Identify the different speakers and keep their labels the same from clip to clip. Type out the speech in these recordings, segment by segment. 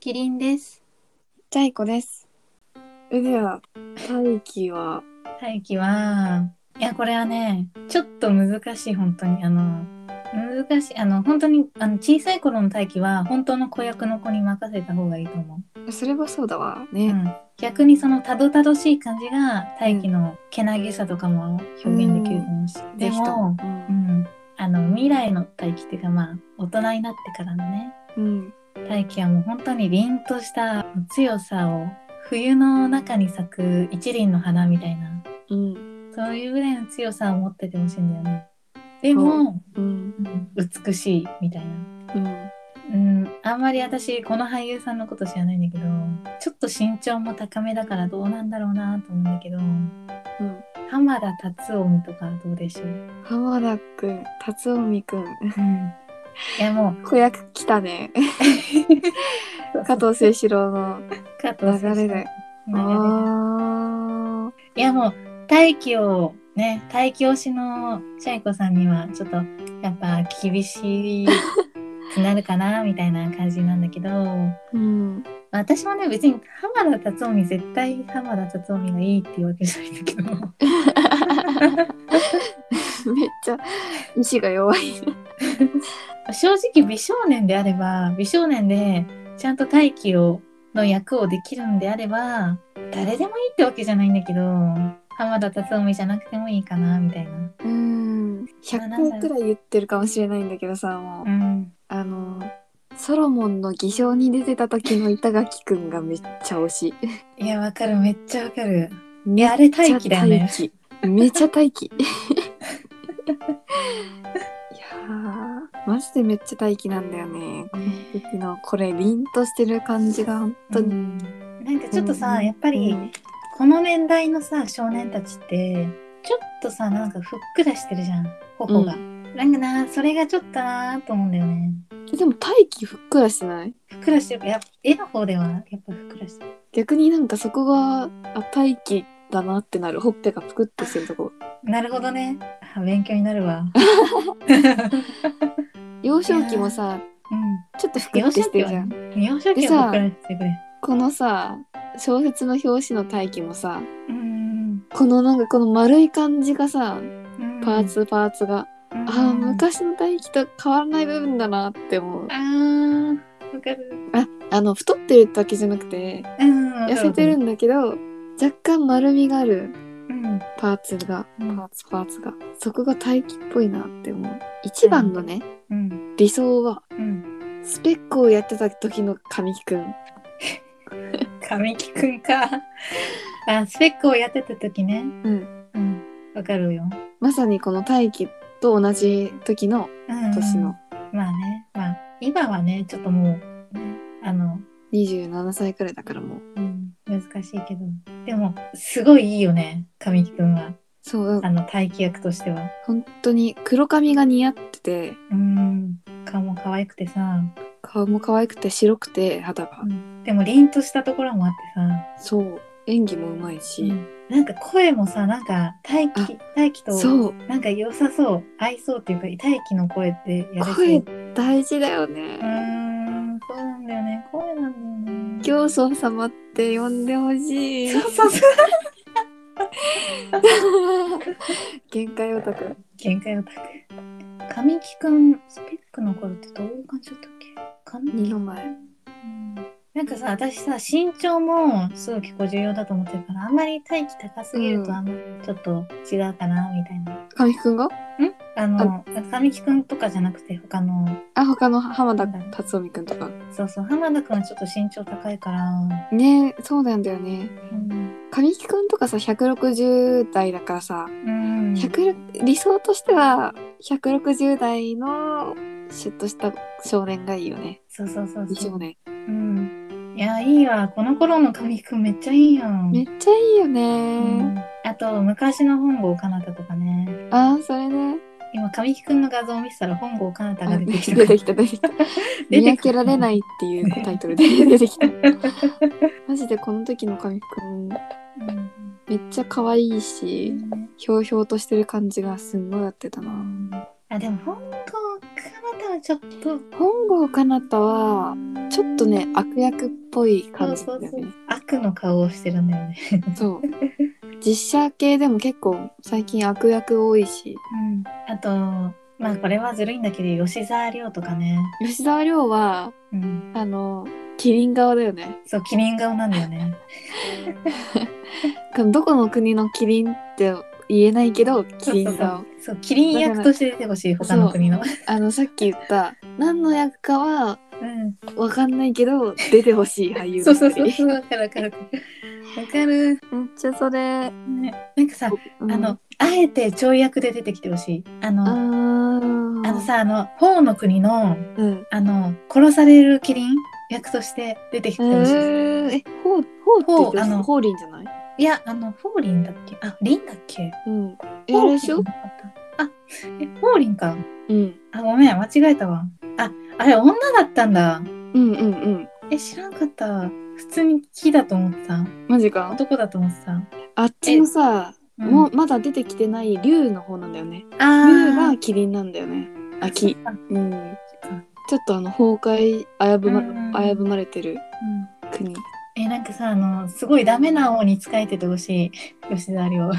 Speaker 1: キリンです。
Speaker 2: ジャイコです。うでは、大輝は、
Speaker 3: 大輝は、いや、これはね、ちょっと難しい、本当に。あの、難しい、あの、本当に、あの、小さい頃の大輝は、本当の子役の子に任せた方がいいと思
Speaker 2: それはそうだわ
Speaker 3: う。う
Speaker 2: ね。
Speaker 3: ん。逆にそのたどたどしい感じが、大輝のけなげさとかも表現できると思うし。で
Speaker 2: ぜひと
Speaker 3: も
Speaker 2: も、。
Speaker 3: うん。あの、未来の大輝っていうか、まあ、大人になってからのね、
Speaker 2: うん。
Speaker 3: 大輝はもう本当に凛とした強さを、冬の中に咲く一輪の花みたいな。
Speaker 2: うん。
Speaker 3: そういうぐらいの強さを持っててほしいんだよね。でも、
Speaker 2: うん。
Speaker 3: 美しいみたいな。
Speaker 2: うん。
Speaker 3: うん、あんまり私、この俳優さんのこと知らないんだけど、ちょっと身長も高めだからどうなんだろうなと思うんだけど、
Speaker 2: うん。
Speaker 3: 浜田達臣とかどうでしょう、
Speaker 2: 浜田くん、辰臣くん。
Speaker 3: いやも
Speaker 2: 子役来たね。
Speaker 3: う、
Speaker 2: 加藤清史郎の
Speaker 3: 加藤
Speaker 2: 流
Speaker 3: 選手流れ
Speaker 2: れで。
Speaker 3: で。
Speaker 2: あ
Speaker 3: いやもう、大気を、ね、大気推しのシャイコさんには、ちょっと、やっぱ厳し い、なるかな、みたいな感じなんだけど、
Speaker 2: ー。うん。
Speaker 3: 私もね別に浜田辰臣絶対浜田辰臣がいいっていうわけじゃないんだけど
Speaker 2: めっちゃ、意志が弱い。
Speaker 3: 正直美少年であれば美少年でちゃんと大輝をの役をできるんであれば誰でもいいってわけじゃないんだけど浜田辰臣じゃなくてもいいかなみたいな、
Speaker 2: うん。100回くらい言ってるかもしれないんだけどさ、もう
Speaker 3: う。ん、
Speaker 2: あの、ソロモンの偽証に出てた時の板垣くんがめっちゃ推し。
Speaker 3: いやわかるめっちゃわかるい
Speaker 2: め
Speaker 3: やあれ大輝だよね
Speaker 2: ちゃ大輝めちゃ 大輝いやーマジでめっちゃ大輝なんだよねこの時のこれ凛としてる感じが本当
Speaker 3: う
Speaker 2: に、
Speaker 3: んなんかちょっとさ、
Speaker 2: うん
Speaker 3: やっぱり、
Speaker 2: うん
Speaker 3: この年代のさ少年たちってちょっとさなんかふっくらしてるじゃん頬が、
Speaker 2: う
Speaker 3: なんかなそれがちょっとなと思うんだよね
Speaker 2: でも大輝ふっくらしてない
Speaker 3: ふっくらしてるかやっぱ絵の方ではやっぱふっくらしてる
Speaker 2: 逆になんかそこがあ大輝だなってなるほっぺがぷくってしてるとこ
Speaker 3: なるほどねあ勉強になる わ
Speaker 2: 幼少期もさ
Speaker 3: うん
Speaker 2: ちょっとふくってしてるじゃん、
Speaker 3: 幼少期はふっくらしてくれ
Speaker 2: このさ小説の表紙の大輝もさ
Speaker 3: うん
Speaker 2: このなんかこの丸い感じがさ
Speaker 3: うん
Speaker 2: パーツパーツが
Speaker 3: うん
Speaker 2: あー昔の大輝と変わらない部分だなって思う
Speaker 3: あーわかる
Speaker 2: ああの太ってるってわけじゃなくて
Speaker 3: うんわか
Speaker 2: 痩せてる
Speaker 3: わか
Speaker 2: んだけど若干丸みがある
Speaker 3: うん
Speaker 2: パーツが
Speaker 3: う
Speaker 2: パ
Speaker 3: ん
Speaker 2: ーツパーツがそこが大輝っぽいなって思う一番のね
Speaker 3: うん
Speaker 2: 理想は
Speaker 3: うん
Speaker 2: スペックをやってた時の神木くん
Speaker 3: 神木くんかあスペックをやってた時ね
Speaker 2: うん
Speaker 3: うん、わかるよ。
Speaker 2: まさにこの大輝と同じ時の
Speaker 3: うん
Speaker 2: 年の。
Speaker 3: まあね、まあ、今はね、ちょっともう、ね、あの、
Speaker 2: 27歳くらいだからも
Speaker 3: う
Speaker 2: う
Speaker 3: ん、難しいけど。でも、すごいいいよね、神木くんは。
Speaker 2: そう
Speaker 3: あの、待機役としては。
Speaker 2: 本当に黒髪が似合ってて
Speaker 3: うん、顔も可愛くてさ、
Speaker 2: 顔も可愛くて白くて肌が
Speaker 3: でも凛としたところもあってさ、
Speaker 2: そう演技もうまいし、
Speaker 3: なんか声もさ、なんか、大輝、大輝と、
Speaker 2: そう
Speaker 3: なんか良さそう、合いそうっていうか、大輝の声ってやれそう。
Speaker 2: 声
Speaker 3: う
Speaker 2: 大事だよ
Speaker 3: ん、
Speaker 2: ね、
Speaker 3: そうなんだよね、声なんだよね。
Speaker 2: 教祖様って呼んでほしい
Speaker 3: そうそうそう。
Speaker 2: 限界オタク
Speaker 3: 限界オタク。神木くん、スペックの頃ってどういう感じだったっけ神木
Speaker 2: 二の前
Speaker 3: うんなんかさ、私さ、身長もすごい結構重要だと思ってるから、あんまり大気高すぎる
Speaker 2: う
Speaker 3: と
Speaker 2: ん
Speaker 3: あんまちょっと違うかな、みたいな。
Speaker 2: 神木くんが
Speaker 3: あの、神木くんとかじゃなくて、他の、
Speaker 2: あ他の浜田辰臣くんとか
Speaker 3: そうそう、浜田くんはちょっと身長高いから、
Speaker 2: ねそうなんだよね
Speaker 3: うん。
Speaker 2: 神木くんとかさ160代だからさ、
Speaker 3: うん
Speaker 2: 100理想としては160代のシュッとした少年がいいよね
Speaker 3: そうそうそう
Speaker 2: 美
Speaker 3: そ
Speaker 2: 少
Speaker 3: う。
Speaker 2: 年
Speaker 3: うん。いや、いいわ。この頃の神木くんめっちゃいいやん。
Speaker 2: めっちゃいいよね、
Speaker 3: うんあと、昔の本郷かなたとかね。
Speaker 2: あーそれね
Speaker 3: 今神木くんの画像を見せたら本郷かなたが
Speaker 2: あ
Speaker 3: 出てきた、
Speaker 2: 出てきた出てきた見分けられないいっていうタイトルで出てきたマジでこの時の神木くん
Speaker 3: うん
Speaker 2: めっちゃ可愛いしひょうひょうとしてる感じがすんごい合ってたな
Speaker 3: あでも本当彼方はちょっと
Speaker 2: 本郷かなたはちょっとね悪役っぽい感じ
Speaker 3: そ
Speaker 2: だよ
Speaker 3: うそうそう
Speaker 2: ね
Speaker 3: 悪の顔をしてるんだよね。
Speaker 2: そう実写系でも結構最近悪役多いし
Speaker 3: うん、あとまあこれはずるいんだけど吉沢亮とかね、
Speaker 2: 吉沢亮は
Speaker 3: うん、
Speaker 2: あのキリン側だよね
Speaker 3: そうキリン顔なんだよ ね。
Speaker 2: このどこの国のキリンって言えないけどキリン
Speaker 3: そう
Speaker 2: 顔
Speaker 3: そうそうキリン役として出てほしい他の国の。
Speaker 2: あのさっき言った何の役かは
Speaker 3: うん、
Speaker 2: わかんないけど出てほしい俳優
Speaker 3: そ
Speaker 2: ば
Speaker 3: う
Speaker 2: っか
Speaker 3: そう
Speaker 2: り
Speaker 3: そうそうわかるわかるわかる、
Speaker 2: めっちゃそれ、
Speaker 3: ね、なんかさ、
Speaker 2: うん
Speaker 3: あのあえてちょい役で出てきてほしいあ
Speaker 2: あ
Speaker 3: の
Speaker 2: ー
Speaker 3: あのさあの法の国の
Speaker 2: うん
Speaker 3: あの殺されるキリン役として出てきて
Speaker 2: え
Speaker 3: ほしい、
Speaker 2: ー、えほうほうって言っ
Speaker 3: ほうあ
Speaker 2: た
Speaker 3: の
Speaker 2: らほうりんじゃない
Speaker 3: いやあのフォーリンだっけあリンだっけ
Speaker 2: うんえあれでしょ
Speaker 3: フォーリンだったあえフォーリンか
Speaker 2: うん
Speaker 3: あごめん間違えたわああれ女だったんだ
Speaker 2: うんうんうん
Speaker 3: え知らんかった普通に木だと思ってた
Speaker 2: マジか
Speaker 3: 男だと思ってた、
Speaker 2: あっちのさ、
Speaker 3: うん
Speaker 2: もうまだ出てきてない竜の方なんだよね
Speaker 3: あ
Speaker 2: 竜
Speaker 3: ー
Speaker 2: がキリンなんだよねあき
Speaker 3: あ
Speaker 2: うんちょっとあの崩壊危ぶま
Speaker 3: うん
Speaker 2: 危ぶまれてる
Speaker 3: うん
Speaker 2: 国
Speaker 3: えなんかさあのすごいダメな方に仕えててほしい吉沢亮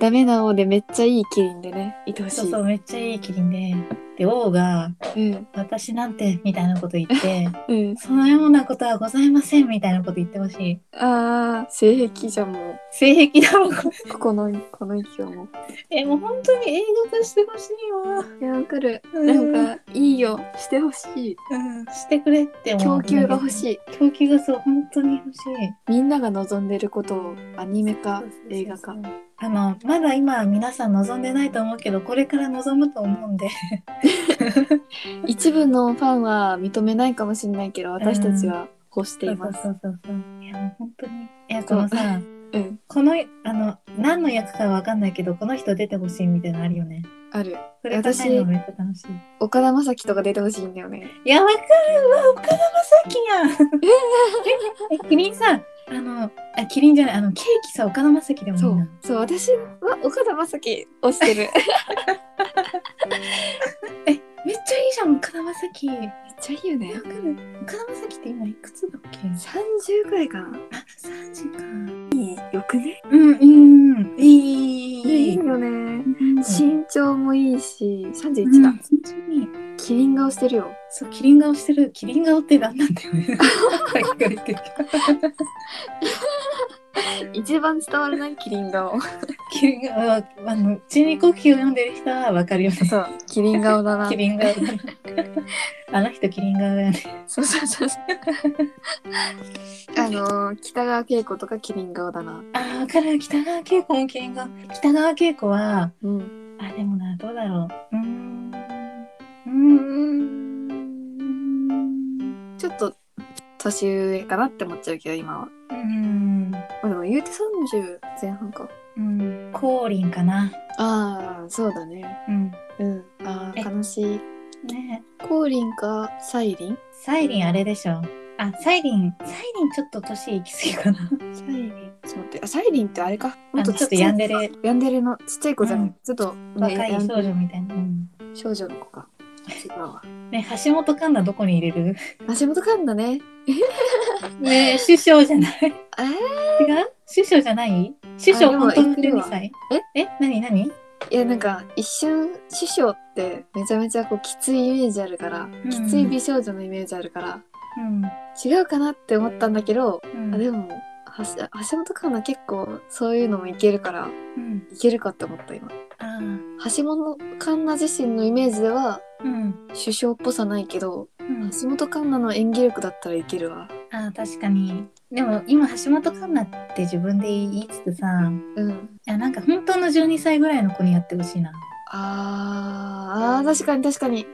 Speaker 2: ダメな王でめっちゃいいキリンでねいてほしい
Speaker 3: そうそうめっちゃいいキリンでで王が
Speaker 2: うん
Speaker 3: 「私なんて」みたいなこと言って
Speaker 2: う
Speaker 3: 「
Speaker 2: ん
Speaker 3: そのようなことはございません」みたいなこと言ってほしい
Speaker 2: あー性癖じゃんもう
Speaker 3: 性癖だもんこれ
Speaker 2: ここのこの勢いも
Speaker 3: えもう本当に映画化してほしいわ
Speaker 2: いやわかる
Speaker 3: うん
Speaker 2: なんかいいよしてほしい
Speaker 3: うんしてくれって思
Speaker 2: 供
Speaker 3: う
Speaker 2: 給が欲
Speaker 3: い
Speaker 2: しい
Speaker 3: 供給がそう本当に欲しい
Speaker 2: みんなが望んでることをアニメ化
Speaker 3: そうそうそうそう
Speaker 2: 映画化
Speaker 3: あのまだ今皆さん望んでないと思うけどこれから望むと思うんで
Speaker 2: 一部のファンは認めないかもしれないけど私たちは欲しています
Speaker 3: そうそうそうそういやもう本当にいや
Speaker 2: そ
Speaker 3: こ
Speaker 2: う
Speaker 3: のさ
Speaker 2: うん
Speaker 3: このあの何の役かわかんないけどこの人出てほしいみたいなのあるよね
Speaker 2: ある
Speaker 3: それ考えるのめっちゃ楽しい
Speaker 2: 岡田将生とか出てほしいんだよね
Speaker 3: いやわかるわ岡田将生やんえキリンさあのあキリンじゃないあのケーキさ岡田将生でもい
Speaker 2: そ
Speaker 3: いな
Speaker 2: うそう私は岡田将生推してるめっ
Speaker 3: めっちゃいいじゃん岡田将生わ
Speaker 2: ちゃいいよね
Speaker 3: かる岡田将生って今いくつだっけ
Speaker 2: 30ぐらいかな
Speaker 3: あ三時か
Speaker 2: よくね
Speaker 3: うんうんうんいい
Speaker 2: い
Speaker 3: いい
Speaker 2: いよね
Speaker 3: うん
Speaker 2: 身長もいいし
Speaker 3: う
Speaker 2: 31
Speaker 3: ん
Speaker 2: だ、
Speaker 3: 本当に
Speaker 2: キリン顔してるよ
Speaker 3: そう、キリン顔してる。キリン顔って何なんだよね。さっきから言ってる
Speaker 2: 一番伝わらないキリン顔
Speaker 3: キリン顔は、あの、ちに呼吸を読んでる人はわかるよね。
Speaker 2: そうキリン顔だな
Speaker 3: キリ ン顔だな。あの人キリン顔だよね。
Speaker 2: そうそうそう そうあのー北川景子とかキリン顔だな
Speaker 3: ああ、わかる。北川景子もキリン顔。北川景子は、
Speaker 2: うん
Speaker 3: あ、でもな、どうだろう。うーん。うーん。
Speaker 2: ちょっと年上かなって思っちゃうけど今は
Speaker 3: うーん。
Speaker 2: まあでも言うて30前半か
Speaker 3: うん。コーリンかな。
Speaker 2: ああそうだね
Speaker 3: うん。
Speaker 2: うんああ
Speaker 3: え
Speaker 2: 悲しい
Speaker 3: ね
Speaker 2: コーリンかサイリン
Speaker 3: サイリンあれでしょ。あ、サイリン、サイリンちょっと年いきすぎかな。
Speaker 2: サイリンちょっと待ってあサイリンってあれかも
Speaker 3: あのちょっとヤンデレ
Speaker 2: ヤンデレのちっちゃい子じゃな
Speaker 3: う
Speaker 2: い
Speaker 3: ん
Speaker 2: ちょっと、ね、
Speaker 3: 若い
Speaker 2: ヤン
Speaker 3: 少女みたいな。
Speaker 2: 少女の子か違うわ
Speaker 3: ね橋本環奈どこに入れる
Speaker 2: 橋本環奈ね
Speaker 3: ね 首相じゃない違
Speaker 2: えー
Speaker 3: う首相じゃない首相
Speaker 2: あでも
Speaker 3: 本当の12
Speaker 2: い
Speaker 3: 歳え何何
Speaker 2: いやなんか一瞬師匠ってめちゃめちゃこうきついイメージあるから、
Speaker 3: うん
Speaker 2: きつい美少女のイメージあるから
Speaker 3: うん、
Speaker 2: 違うかなって思ったんだけど、
Speaker 3: うん
Speaker 2: あでもはし橋本環奈結構そういうのもいけるか
Speaker 3: う
Speaker 2: ら
Speaker 3: ん、
Speaker 2: いけるかって思った今
Speaker 3: あー
Speaker 2: 橋本環奈自身のイメージでは
Speaker 3: うん、
Speaker 2: 首相っぽさないけど
Speaker 3: うん、
Speaker 2: 橋本環奈の演技力だったらいけるわ
Speaker 3: あー確かにでも今橋本環奈って自分で言いつつさ
Speaker 2: うん
Speaker 3: いやなんか本当の12歳ぐらいの子にやってほしいな、
Speaker 2: あーあー確かに確かに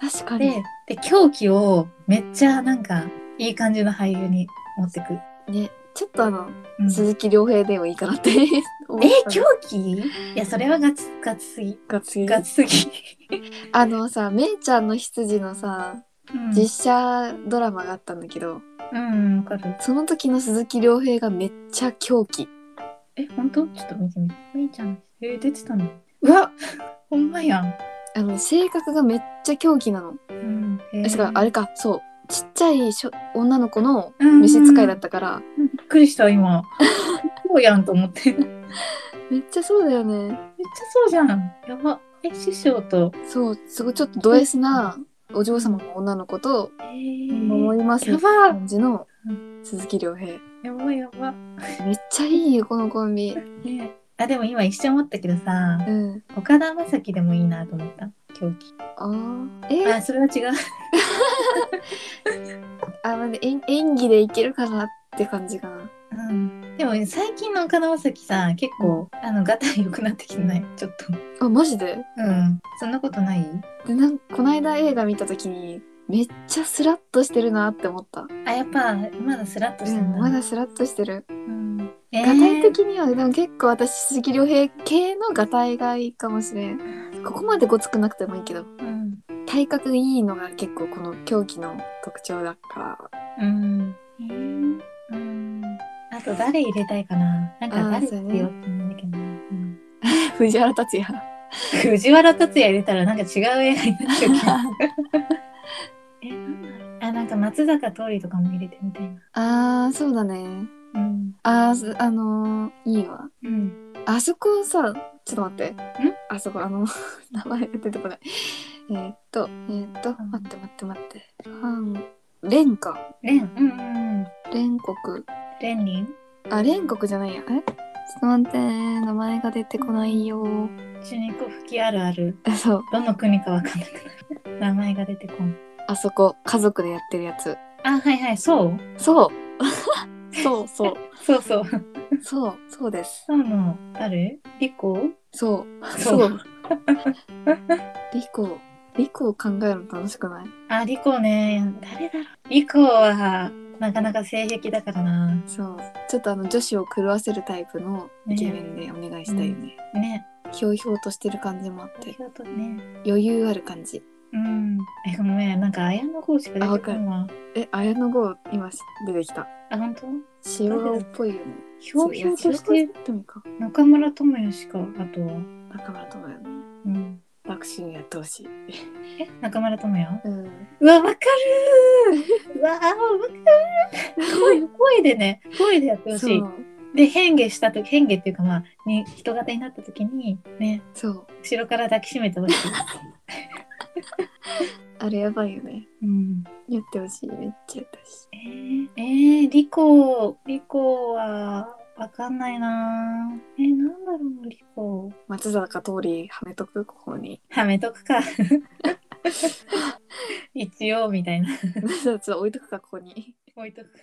Speaker 2: 確
Speaker 3: う
Speaker 2: か
Speaker 3: ん、
Speaker 2: に
Speaker 3: でで狂気をめっちゃなんかいい感じの俳優に持ってく、
Speaker 2: ねちょっとあの、
Speaker 3: うん、
Speaker 2: 鈴木亮平でもいいかなって思っ た
Speaker 3: え狂気いやそれはガチガチすぎ
Speaker 2: が次
Speaker 3: ガチすぎ、
Speaker 2: あのさ、めいちゃんの羊のさ、
Speaker 3: うん、
Speaker 2: 実写ドラマがあったんだけど、
Speaker 3: うんわかる
Speaker 2: その時の鈴木亮平がめっちゃ狂気。
Speaker 3: え本当ちょっと見てみてめいちゃんえ出てたのうわほんまやん。
Speaker 2: あの性格がめっちゃ狂気なの。
Speaker 3: うん、
Speaker 2: えしかもあれかそうちっちゃいしょ女の子の
Speaker 3: うん
Speaker 2: 召使いだったから、
Speaker 3: びっくりした今。 そうやんと思って。めっちゃ
Speaker 2: めっちゃそうだよね
Speaker 3: そうじゃん。やば。え、師匠と。
Speaker 2: そうすごいちょっとド S なお嬢様の女の子と
Speaker 3: え
Speaker 2: 「思います」
Speaker 3: や
Speaker 2: みたいな
Speaker 3: ば。
Speaker 2: 感じの
Speaker 3: う
Speaker 2: 鈴木亮平
Speaker 3: やばいやば。
Speaker 2: めっちゃいいよこのコンビ
Speaker 3: ねあ、でも今一瞬思ったけどさ、
Speaker 2: うん
Speaker 3: 岡田将生でもいいなと思った。狂気。
Speaker 2: あーえ
Speaker 3: あ、それは違う。
Speaker 2: あまあ演演技でいけるかなって感じかな
Speaker 3: うん。でも最近の岡田将生さ、結構、あの、ガタイ良くなってきてない。ちょっと。
Speaker 2: あマジで
Speaker 3: うん。そんなことない
Speaker 2: でなんかこの間映画見た時にめっちゃスラッとしてるなって思った、
Speaker 3: あ、やっぱ、まだスラッとしてるんだ。
Speaker 2: まだスラッとしてる
Speaker 3: うん。えー
Speaker 2: ガタイ的にはでも結構私鈴木亮平系のガタイがいいかもしれんここまでごつくなくてもいいけど
Speaker 3: うん。
Speaker 2: 体格いいのが結構この狂気の特徴だから
Speaker 3: うん。えーうん。あと誰入れたいかな。なんか誰って言おうと思うんだけどな。うん
Speaker 2: 藤原竜也
Speaker 3: 藤原竜也入れたらなんか違う映画になっちゃうけど えなんだろう。あ、なんか松坂桃李とかも入れてみたいな。
Speaker 2: あーそうだね
Speaker 3: うん。
Speaker 2: あーすあのーいいわ
Speaker 3: うん。
Speaker 2: あそこさちょっと待ってあそこあの 名前が出てこないえーっとえーっと待って待って待ってあ蓮か
Speaker 3: レン。うんうんうん。
Speaker 2: 蓮国
Speaker 3: レンリン。
Speaker 2: あ蓮国じゃないやえちょっと待って名前が出てこないよ
Speaker 3: チュニコフキあるある。
Speaker 2: えそう
Speaker 3: どの国かわかんなくなる。名前が出てこん。
Speaker 2: あそこ家族でやってるやつ
Speaker 3: あ、はいはい、そう。
Speaker 2: そうそうそう
Speaker 3: そうそう。
Speaker 2: そうそうです
Speaker 3: そうの、誰リコ
Speaker 2: そう
Speaker 3: そう
Speaker 2: そうリコリコを考えるの楽しくない
Speaker 3: あ、リコね、誰だろう。リコは、なかなか性癖だからな。
Speaker 2: そうちょっとあの女子を狂わせるタイプのイケメンでお願いしたいよね
Speaker 3: ね。
Speaker 2: ひょうひょうとしてる感じもあって
Speaker 3: ちょっとね。
Speaker 2: 余裕ある感じ
Speaker 3: うん。え、ごめん。なんか、綾野剛しか出てこないわ。
Speaker 2: え綾野剛今し出てきた
Speaker 3: あ、本当？
Speaker 2: 塩顔っぽいよね
Speaker 3: ひょうひょうとし
Speaker 2: そういや
Speaker 3: て
Speaker 2: 塩、顔でもいいか
Speaker 3: 中村智也しか、あとは。
Speaker 2: 中村智也ね
Speaker 3: うん。
Speaker 2: 楽しみやってほしい
Speaker 3: え、中村智也
Speaker 2: うん
Speaker 3: うわ、わかるーうわー、わかる ー声声でね、声でやってほし
Speaker 2: そ。
Speaker 3: いうで、変化したとき、変化っていうか、まあ、に人型になったときに、ね、
Speaker 2: そう
Speaker 3: 後ろから抱きしめて ほしい。
Speaker 2: あれやばいよね
Speaker 3: うん。
Speaker 2: やってほしいめっちゃやってほしい
Speaker 3: えー、えー、リコ、リコは、わかんないなーえー、なんだろう、リコ。
Speaker 2: 松坂桃李はめとくここに
Speaker 3: はめとく か。一応、みたいな。
Speaker 2: ちょっと置いとくかここに
Speaker 3: 置いとくか。